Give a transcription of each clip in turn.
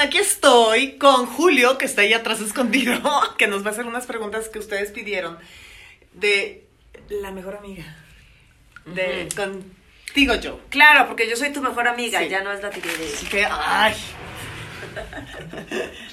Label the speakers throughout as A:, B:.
A: Aquí estoy con Julio, que está ahí atrás escondido, que nos va a hacer unas preguntas que ustedes pidieron de la mejor amiga. De contigo yo.
B: Claro, porque yo soy tu mejor amiga,
A: Sí.
B: ya no es la tigre.
A: Así que, ay.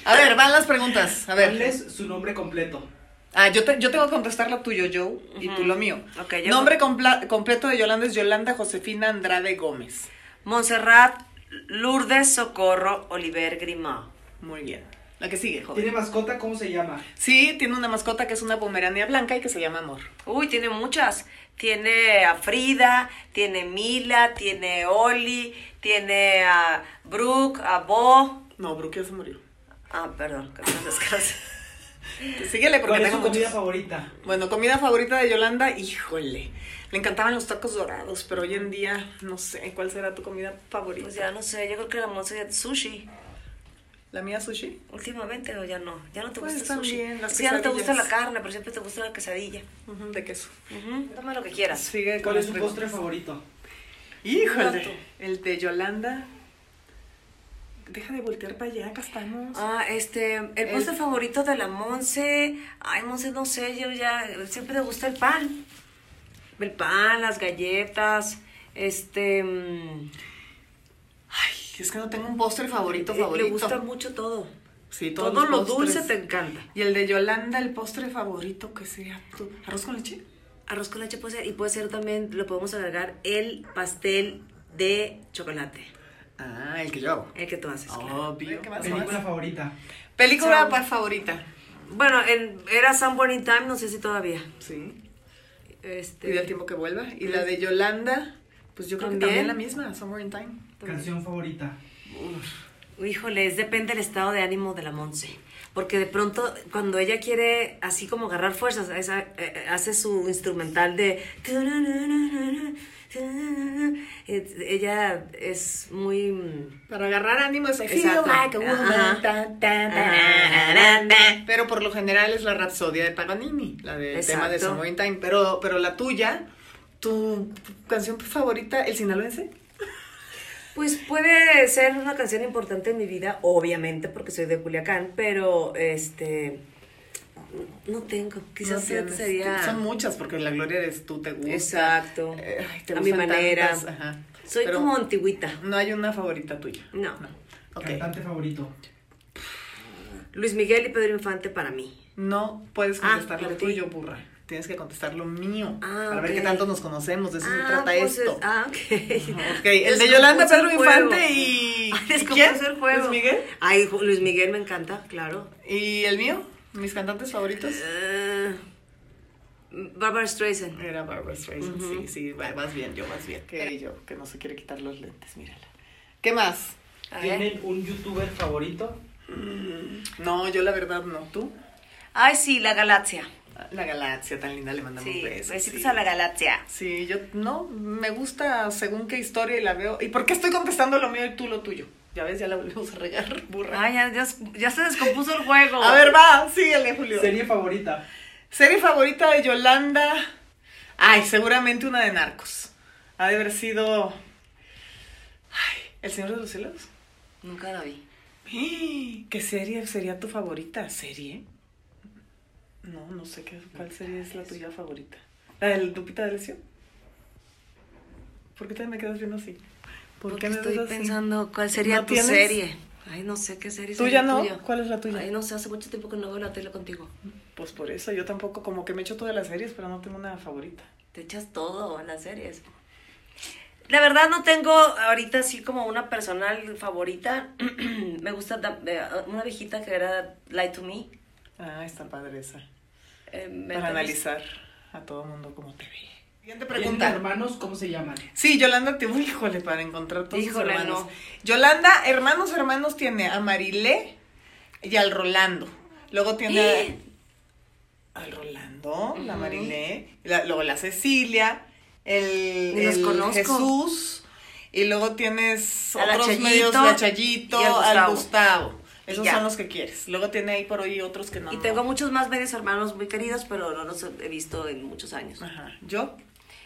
A: A ver, van las preguntas. A ver.
C: Ponles su nombre completo.
A: Ah, yo, te- yo tengo que contestar lo tuyo, Joe, y tú lo mío.
B: Ok, yo-
A: Nombre compla- completo de Yolanda es Yolanda Josefina Andrade Gómez.
B: Montserrat Lourdes Socorro Oliver Grimá.
A: Muy bien. La que sigue, joven.
C: ¿Tiene mascota? ¿Cómo se llama?
A: Sí, tiene una mascota que es una pomerania blanca y que se llama Amor.
B: Uy, tiene muchas. Tiene a Frida, tiene Mila, tiene Oli, tiene a Brooke, a Bo.
A: No, Brooke ya se murió.
B: Ah, perdón, que no descanse.
A: Síguele porque
C: ¿Cuál es
A: tengo
C: su comida
A: muchos.
C: favorita?
A: Bueno, comida favorita de Yolanda, híjole. Le encantaban los tacos dorados, pero hoy en día no sé cuál será tu comida favorita.
B: Pues ya no sé, yo creo que la Monse es sushi.
A: ¿La mía sushi?
B: Últimamente o ya no, ya no te
A: Pues
B: gusta el sushi.
A: también, las
B: Sí, ya no te gusta la
A: quesadillas.
B: carne, pero siempre te gusta la quesadilla.
A: Ujú, de queso.
B: Ujú, Toma lo que quieras.
A: Sigue con
C: ¿Cuál es
A: las
C: su postre
A: preguntas.
C: favorito?
A: Híjole.
B: Gato.
A: El de Yolanda. Deja de voltear para allá, acá estamos.
B: Ah, este, el postre favorito de la Monse, ay Monse, no sé, yo ya, siempre te gusta el pan. El pan, las galletas, este... mm,
A: Es que no tengo un postre favorito,
B: eh,
A: favorito.
B: Le gusta mucho todo.
A: Sí, todos
B: Todo
A: los
B: lo dulce
A: postres.
B: te encanta.
A: Y el de Yolanda, el postre favorito que sea tu- arroz con leche.
B: Arroz con leche puede ser, y puede ser también, lo podemos agregar, el pastel de chocolate,
A: Ah, el que yo hago.
B: el que tú haces.
A: Oh.
B: claro.
A: Obvio. ¿Qué más?
C: ¿Película favorita?
A: Película
B: Chao.
A: pa- favorita.
B: Bueno, en- era San Burning Time, no sé si todavía.
A: Sí.
B: Este,
A: Pide al tiempo que vuelva. Y la de Yolanda, pues yo creo que también
B: También.
A: la misma, Somewhere in Time.
C: ¿Canción favorita?
B: Híjole, es depende del estado de ánimo de la Monse. Porque de pronto, cuando ella quiere así como agarrar fuerzas, esa- eh, hace su instrumental de... Es- Ella es muy... mm,
A: Para agarrar ánimo es
B: Exacto.
A: oh
B: Ajá.
A: Pero por lo general es la Rapsodia de Paganini, la del tema de
B: Exacto.
A: Somewhere in Time. Pero, pero la tuya, tu, tu canción favorita, el sinaloense.
B: Pues puede ser una canción importante en mi vida, obviamente, porque soy de Culiacán, pero este... No tengo, quizás
A: No tienes.
B: sería...
A: Son muchas, porque la gloria eres tú, te gusta.
B: Exacto.
A: Eh, ay, te
B: a mi
A: gustan
B: manera.
A: tantas, ajá.
B: Soy
A: Pero
B: como antigüita.
A: No hay una favorita tuya.
B: No.
A: Ok.
C: ¿Cantante favorito?
B: Luis Miguel y Pedro Infante para mí.
A: No puedes
B: Ah,
A: contestar lo
B: para ti.
A: tuyo, burra. Tienes que contestar lo mío.
B: Ah,
A: para ver
B: ok.
A: qué tanto nos conocemos. De eso se trata
B: pues
A: esto.
B: es- ah, ok.
A: Ok, el de
B: Descompuso
A: Yolanda Pedro
B: el juego.
A: Infante y.
B: Ah,
A: ¿y
B: descompuso
A: quién?
B: el juego.
A: Luis Miguel.
B: Ay, Ju- Luis Miguel me encanta, claro.
A: ¿Y el mío? ¿Mis cantantes favoritos?
B: Eh, Barbara Streisand.
A: Era Barbara Streisand. Sí, sí, va- vas bien, yo vas bien. Que yo, que no se quiere quitar los lentes, mírala. ¿Qué más?
B: A ver.
C: ¿Tienen un youtuber favorito?
A: No, yo la verdad no. ¿Tú?
B: Ay, sí, La Galaxia.
A: La galaxia tan linda, le mandamos
B: Sí,
A: besos.
B: besitos
A: sí.
B: a La Galaxia.
A: Sí, yo no, me gusta según qué historia y la veo. ¿Y por qué estoy contestando lo mío y tú lo tuyo? Ya ves, ya la volvemos a regar, burra.
B: Ay, ya, ya, ya se descompuso el juego.
A: a ver, va, síguele, Julio.
C: ¿Serie favorita?
A: Serie favorita de Yolanda. Ay, seguramente una de narcos. Ha de haber sido. Ay, El Señor de los Cielos.
B: Nunca la vi.
A: ¡Eh! ¿Qué serie sería tu favorita? ¿Serie? No, no sé qué, cuál serie es la tuya favorita. ¿La de Lupita de Lesión? ¿Por qué te me quedas viendo así? ¿Por
B: Porque
A: qué me
B: estoy
A: ves así?
B: pensando cuál sería
A: ¿No
B: tu
A: tienes?
B: serie. Ay, no sé qué serie
A: ¿Tú
B: sería
A: ya no?
B: tuya.
A: ¿Cuál es la tuya?
B: Ay, no sé, hace mucho tiempo que no veo la tele contigo.
A: Pues por eso, yo tampoco, como que me echo todas las series, pero no tengo una favorita.
B: Te echas todo a las series. La verdad no tengo ahorita así como una personal favorita. Me gusta tam- eh, una viejita que era Lie to Me.
A: Ah, está padre esa.
B: Eh, me-
A: Para analizar a todo mundo cómo te ve. Siguiente
C: ¿Tienen
A: pregunta.
C: hermanos? ¿Cómo se llaman?
A: Sí, Yolanda tiene, híjole, para encontrar todos sus
B: Híjole,
A: hermanos.
B: no.
A: Yolanda, hermanos, hermanos, tiene a Marilé y al Rolando. Luego tiene a-
B: ¡Eh!
A: al Rolando, la Marilé, la- luego la Cecilia, el,
B: Ni los
A: el
B: conozco.
A: Jesús, y luego tienes
B: A la
A: otros
B: Chayito
A: medios, la Chayito,
B: y al
A: al
B: Gustavo.
A: Gustavo. Esos
B: Y ya.
A: son los que quieres. Luego tiene ahí por hoy otros que no.
B: Y
A: Ah.
B: tengo muchos más medios hermanos muy queridos, pero no los he visto en muchos años.
A: Ajá. Yo,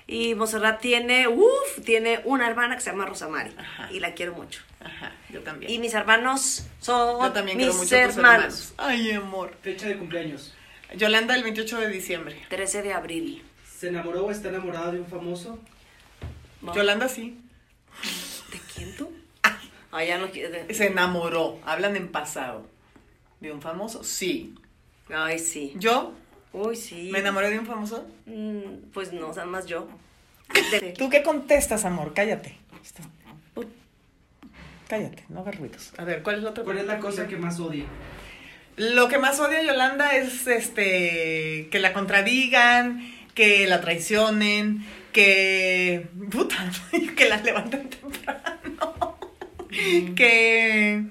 B: Y Monserrat tiene, uff, tiene una hermana que se llama Rosamari.
A: Ajá.
B: Y la quiero mucho.
A: Ajá, yo también.
B: Y mis hermanos son
A: yo también
B: mis
A: quiero mucho a tus
B: hermanos.
A: hermanos. Ay, amor.
C: Fecha de cumpleaños.
A: Yolanda, el 28 de diciembre.
B: 13 de abril.
C: ¿Se enamoró o está enamorada de un famoso?
B: Ma-
A: Yolanda sí.
B: ¿De quién tú? Ah, ya no quiero. de-
A: Se enamoró. Hablan en pasado. ¿De un famoso? Sí.
B: Ay, sí.
A: ¿Yo?
B: Uy, sí.
A: ¿Me enamoré de un famoso?
B: Mm, Pues no, nada más yo.
A: ¿Tú qué contestas, amor? Cállate. Está- Cállate, no hagas ruidos. A ver, ¿cuál es la otra
C: ¿Cuál es la
A: pregunta?
C: cosa que más odia?
A: Lo que más odia a Yolanda es este que la contradigan, que la traicionen, que puta, que la levanten temprano. Que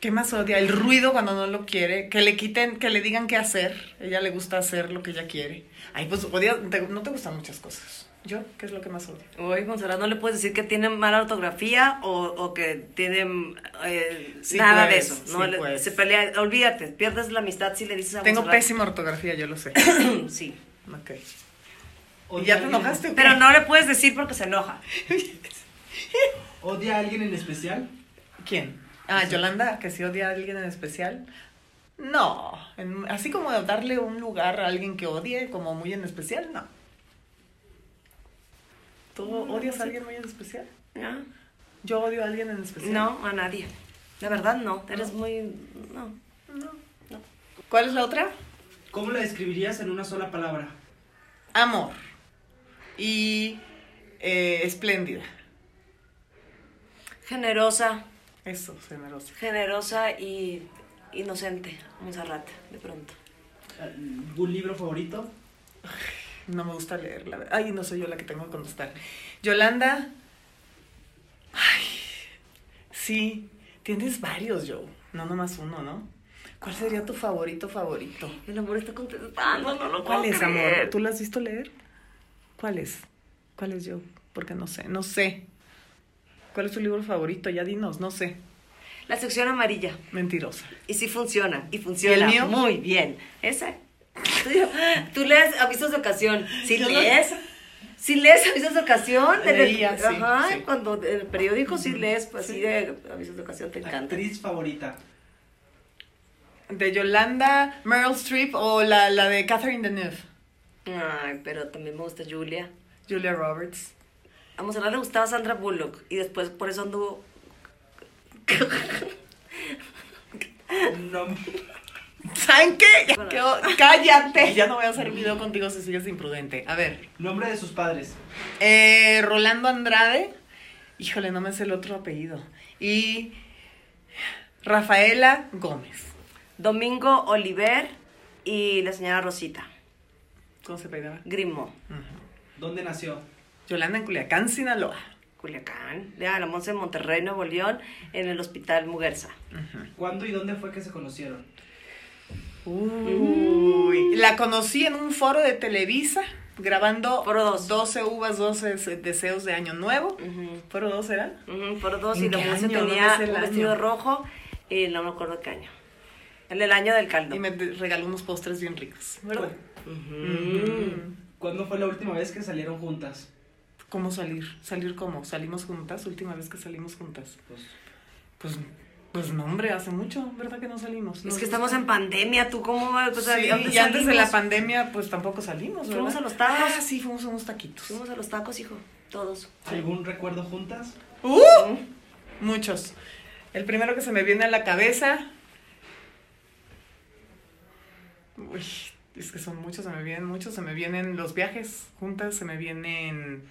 A: ¿Qué más odia? El ruido cuando no lo quiere, que le quiten, que le digan qué hacer. Ella le gusta hacer lo que ella quiere. Ay, pues odia, te- no te gustan muchas cosas. ¿Yo qué es lo que más odio?
B: Uy, Monserrat, no le puedes decir que tiene mala ortografía o, o que tienen eh,
A: Sí
B: nada
A: puedes,
B: de eso. No
A: sí
B: le-
A: puedes.
B: se pelea, olvídate, pierdes la amistad si le dices a
A: Tengo
B: Monserrat.
A: pésima ortografía, yo lo sé.
B: sí.
A: Ok. ¿Y
C: ¿Odia
A: ya
C: a
A: te
C: alguien-
A: enojaste? o qué?
B: Pero no le puedes decir porque se enoja.
C: ¿Odia a alguien en especial?
A: ¿Quién? Ah, Yolanda, que si odia a alguien en especial. No, en- así como darle un lugar a alguien que odie, como muy en especial, no. ¿Tú
B: Mm,
A: odias a alguien Pues muy en especial?
B: ¿No?
A: Yo odio a alguien en especial.
B: Ah, No, a nadie. La verdad, no. Eres muy. No.
A: No.
B: No.
A: ¿Cuál es la otra?
C: ¿Cómo la describirías en una sola palabra?
A: Amor. Y eh, espléndida.
B: Generosa,
A: Eso, generosa.
B: generosa y inocente, Monserrat, de pronto.
C: ¿Un libro favorito?
A: No me gusta leer, la verdad. Ay, no soy yo la que tengo que contestar. Yolanda. Ay. Sí, tienes varios, Joe. No nomás uno, ¿no? ¿Cuál sería tu favorito favorito?
B: El amor está contestando, no lo
A: ¿Cuál
B: puedo
A: es,
B: creer.
A: amor? ¿Tú lo has visto leer? ¿Cuál es? ¿Cuál es, Joe? Porque no sé, no sé. ¿Cuál es tu libro favorito? Ya dinos, no sé.
B: La sección amarilla.
A: Mentirosa.
B: Y sí funciona, y funciona
A: ¿Y el mío?
B: muy bien. Esa. Tú, tú lees avisos de ocasión. Si
A: Yo no-
B: lees, si lees avisos de ocasión, en el-
A: Leía, sí,
B: ajá,
A: sí.
B: cuando en el periódico sí lees, pues
A: Sí.
B: así de avisos de ocasión te encanta.
C: ¿Actriz favorita?
A: ¿De Yolanda, Meryl Streep o la, la de Catherine Deneuve?
B: Ay, pero también me gusta Julia.
A: Julia Roberts.
B: A Monserrat le gustaba Sandra Bullock y después por eso anduvo.
C: No.
A: ¿Saben qué? Ya quedó- cállate. Ya no voy a hacer video contigo si sigues imprudente. A ver.
C: Nombre de sus padres.
A: eh, Rolando Andrade. Híjole, no me sé el otro apellido. Y Rafaela Gómez.
B: Domingo Oliver y la señora Rosita
A: ¿Cómo se pegaba?
B: Grimo,
C: ¿Dónde nació?
A: Yolanda en Culiacán, Sinaloa.
B: Culiacán, de la Monse en Monterrey, Nuevo León, en el Hospital Muguerza.
C: ¿Cuándo y dónde fue que se conocieron?
B: Uh.
A: Uy. La conocí en un foro de Televisa grabando
B: Foro dos.
A: 12 uvas, 12 se- deseos de año nuevo.
B: Ujú.
A: ¿Foro 2 era?
B: Ujú, por dos, y
A: ¿En
B: la
A: qué
B: Monse
A: año? No
B: tenía
A: me sé el
B: un
A: año.
B: vestido rojo y no me acuerdo qué año. En el año del caldo.
A: Y me de- regaló unos postres bien ricos. ¿Verdad?
B: Ujú.
A: Ujú.
C: ¿Cuándo fue la última vez que salieron juntas?
A: ¿Cómo salir? ¿Salir cómo? ¿Salimos juntas? Última vez que salimos juntas.
C: Pues,
A: Pues, pues no, hombre, hace mucho, ¿verdad que no salimos?
B: Es que estamos en pandemia, ¿tú cómo vas? Pues, ¿a
A: sí,
B: dónde
A: y antes de la
B: salimos?
A: pandemia, pues tampoco salimos, ¿verdad?
B: Fuimos a los tacos.
A: Ah, sí, fuimos a unos taquitos.
B: Fuimos a los tacos, hijo, todos.
C: ¿Algún recuerdo juntas?
A: ¡Uh! Muchos. El primero que se me viene a la cabeza. Uy, es que son muchos, se me vienen muchos. Se me vienen los viajes juntas, se me vienen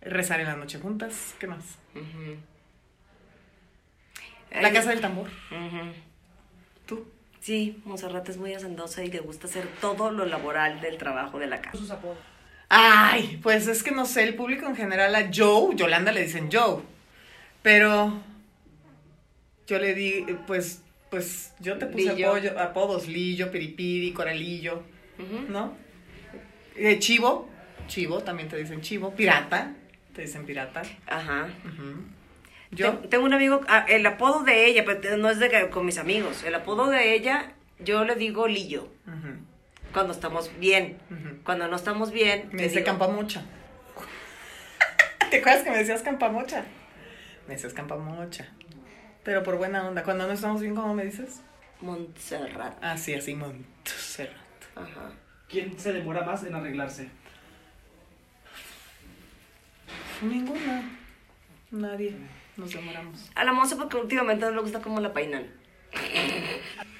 A: rezar en la noche juntas. ¿Qué más?
B: Ujú.
A: La
B: Ay,
A: casa del tambor.
B: ujú.
A: ¿Tú?
B: Sí, Monserrat es muy hacendosa y le gusta hacer todo lo laboral del trabajo de la casa.
C: Sus apodos.
A: Ay, pues es que no sé, el público en general a Joe, Yolanda le dicen Joe, pero yo le di, eh, pues, pues yo te puse
B: Lillo.
A: apoyo- apodos, Lillo, Piripiri, Coralillo,
B: Ujú.
A: ¿no? Eh, chivo, Chivo, también te dicen Chivo, Pirata, te dicen Pirata.
B: Ajá.
A: ujú. Yo,
B: Ten- Tengo un amigo, ah, el apodo de ella, pero te- no es de que- con mis amigos, el apodo de ella, yo le digo Lillo.
A: ujú.
B: cuando estamos bien.
A: Ujú.
B: Cuando no estamos bien.
A: Me
B: te
A: dice
B: digo,
A: campamocha. ¿Te acuerdas que me decías campamocha? Me decías campamocha. Pero por buena onda. Cuando no estamos bien, ¿cómo me dices?
B: Montserrat.
A: Así, así, Montserrat.
B: Ajá.
C: ¿Quién se demora más en arreglarse?
A: Ninguna. Nadie. Nos demoramos.
B: A la Monse porque últimamente no le gusta como la peinan.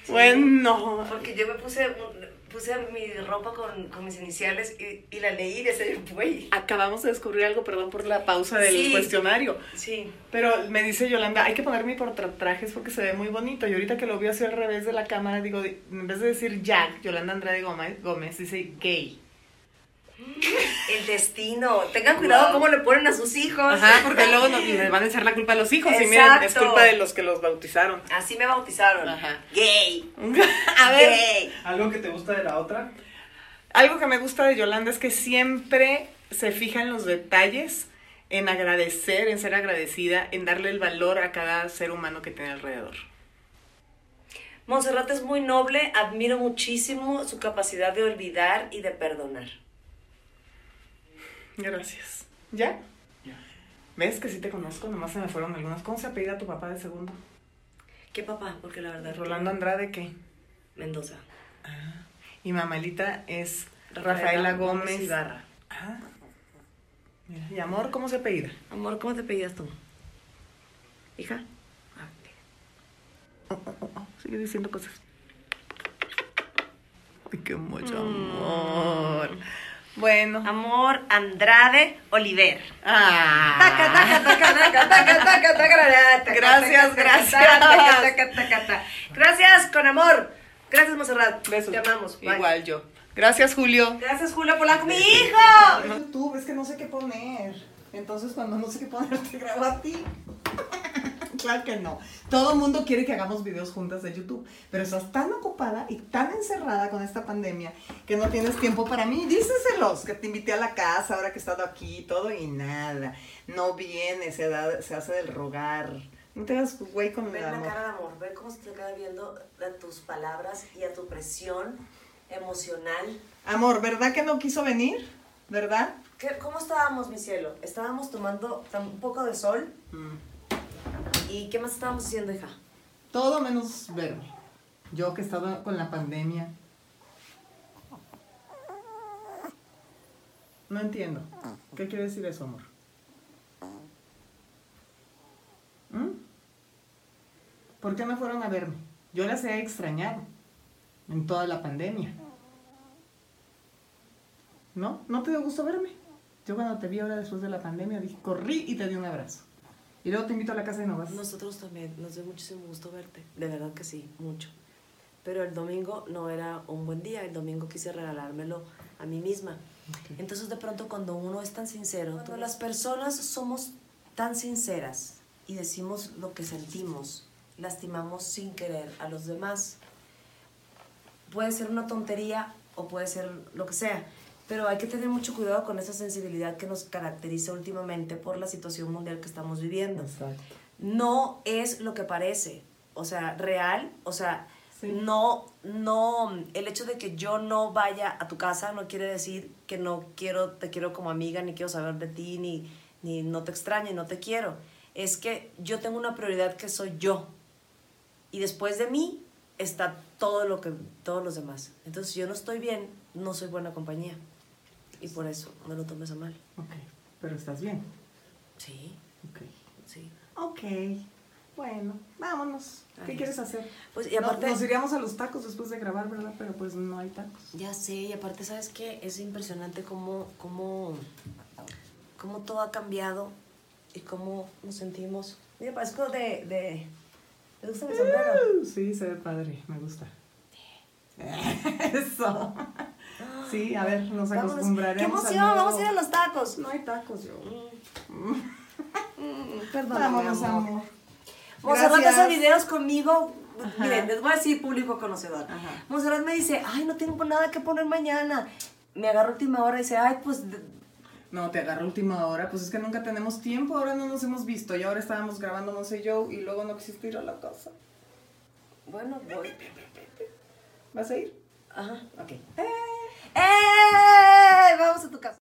A: Bueno.
B: Porque yo me puse, un- puse mi ropa con, con mis iniciales y, y la leí de ese güey.
A: Acabamos de descubrir algo, perdón por la pausa del
B: Sí.
A: cuestionario.
B: Sí.
A: Pero me dice Yolanda, hay que poner mi portatrajes porque se ve muy bonito. Y ahorita que lo vio así al revés de la cámara, digo, di- en vez de decir Jack, Yolanda Andrade Gómez, Gómez dice gay.
B: El destino. Tengan cuidado
A: Wow.
B: cómo le ponen a sus hijos.
A: Ajá, porque luego nos, les van a echar la culpa a los hijos. Y miren, es
B: Exacto.
A: culpa de los que los bautizaron.
B: Así me bautizaron.
A: Ajá.
B: Gay.
A: a ver,
B: Gay.
C: ¿Algo que te gusta de la otra?
A: Algo que me gusta de Yolanda es que siempre se fija en los detalles, en agradecer, en ser agradecida, en darle el valor a cada ser humano que tiene alrededor.
B: Montserrat es muy noble. Admiro muchísimo su capacidad de olvidar y de perdonar.
A: Gracias. ¿Ya?
C: Ya.
A: ¿Ves que sí te conozco? Nomás se me fueron algunas. ¿Cómo se apellida tu papá de segundo?
B: ¿Qué papá? Porque la verdad.
A: Rolando Andrade, ¿qué?
B: Mendoza.
A: Y mamalita es Rafaela, Gómez.
B: Ibarra.
A: Ah. Mira, ¿Y amor cómo se apellida?
B: Amor, ¿cómo te pedías tú? Hija. Ah,
A: Oh, oh, oh, oh, Sigue diciendo cosas. Ay, qué mucho
B: Mm.
A: amor. Bueno.
B: Amor Andrade Oliver. Taca,
A: Ah.
B: taca, taca, taca, taca, taca, taca, taca, taca,
A: Gracias,
B: taca,
A: gracias.
B: taca, taca, taca, taca, taca. Gracias, con amor. Gracias, Monserrat.
A: Besos.
B: Te amamos. Bye.
A: Igual yo. Gracias, Julio.
B: Gracias, Julio Polanco, mi hijo.
A: YouTube, es que no sé qué poner. Entonces, cuando no sé qué poner, te grabo a ti. claro que no. Todo el mundo quiere que hagamos videos juntas de YouTube, pero estás tan ocupada y tan encerrada con esta pandemia que no tienes tiempo para mí. Díceselos, que te invité a la casa ahora que he estado aquí y todo, y nada. No viene, se, da- se hace del rogar. No te hagas güey con el
B: Ven la
A: amor.
B: cara de amor, ve cómo se te queda viendo a tus palabras y a tu presión emocional.
A: Amor, ¿verdad que no quiso venir? ¿Verdad?
B: ¿Qué- ¿Cómo estábamos, mi cielo? Estábamos tomando tam- un poco de sol. ¿Y qué más estábamos haciendo, hija?
A: Todo menos verme. Yo que he estado con la pandemia. No entiendo. ¿Qué quiere decir eso, amor? ¿Mm? ¿Por qué no fueron a verme? Yo las he extrañado en toda la pandemia. ¿No? ¿No te dio gusto verme? Yo cuando te vi ahora después de la pandemia dije, corrí y te di un abrazo. Y luego te invito a la casa y no vas.
B: Nosotros también, nos dio muchísimo gusto verte, de verdad que sí, mucho. Pero el domingo no era un buen día, el domingo quise regalármelo a mí misma. Entonces de pronto cuando uno es tan sincero, cuando las personas somos tan sinceras y decimos lo que sentimos, lastimamos sin querer a los demás. Puede ser una tontería o puede ser lo que sea, pero hay que tener mucho cuidado con esa sensibilidad que nos caracteriza últimamente por la situación mundial que estamos viviendo
A: Exacto.
B: no es lo que parece, o sea, real, o sea,
A: Sí.
B: no, no, el hecho de que yo no vaya a tu casa no quiere decir que no quiero, te quiero como amiga, ni quiero saber de ti, ni, ni no te extraño, no te quiero. Es que yo tengo una prioridad que soy yo. Y después de mí está todo lo que, todos los demás. Entonces, si yo no estoy bien, no soy buena compañía. Y por eso, no lo tomes a mal.
A: Ok, pero estás bien.
B: Sí,
A: Ok.
B: sí.
A: Ok, bueno, vámonos. ¿Qué
B: Ay.
A: quieres hacer?
B: Pues, y aparte...
A: No, nos iríamos a los tacos después de grabar, ¿verdad? Pero pues no hay tacos.
B: Ya sé, y aparte, ¿sabes qué? Es impresionante cómo, cómo, cómo todo ha cambiado y cómo nos sentimos. Mira, parezco de... de ¿Te gusta mi sombrero?
A: Uh, Sí, se ve padre, me gusta. Eso. Sí, a ver, nos
B: Vámonos. ¡Qué
A: acostumbraremos.
B: emoción! Vamos a ir a los tacos. Mm.
A: No hay tacos, yo.
B: Perdón,
A: Vámonos, amor.
B: Monserrat
A: Gracias.
B: hace videos conmigo. Miren, les voy a decir público conocedor.
A: Ajá.
B: Monserrat me dice, ay, no tengo nada que poner mañana. Me agarró última hora y dice, ay, pues... de-
A: No, te agarró última hora, pues es que nunca tenemos tiempo, ahora no nos hemos visto y ahora estábamos grabando no sé yo y luego no quisiste ir a la casa.
B: Bueno, voy.
A: ¿Vas a ir?
D: Ajá, ok.
B: ¡Eh! ¡Vamos a tu casa!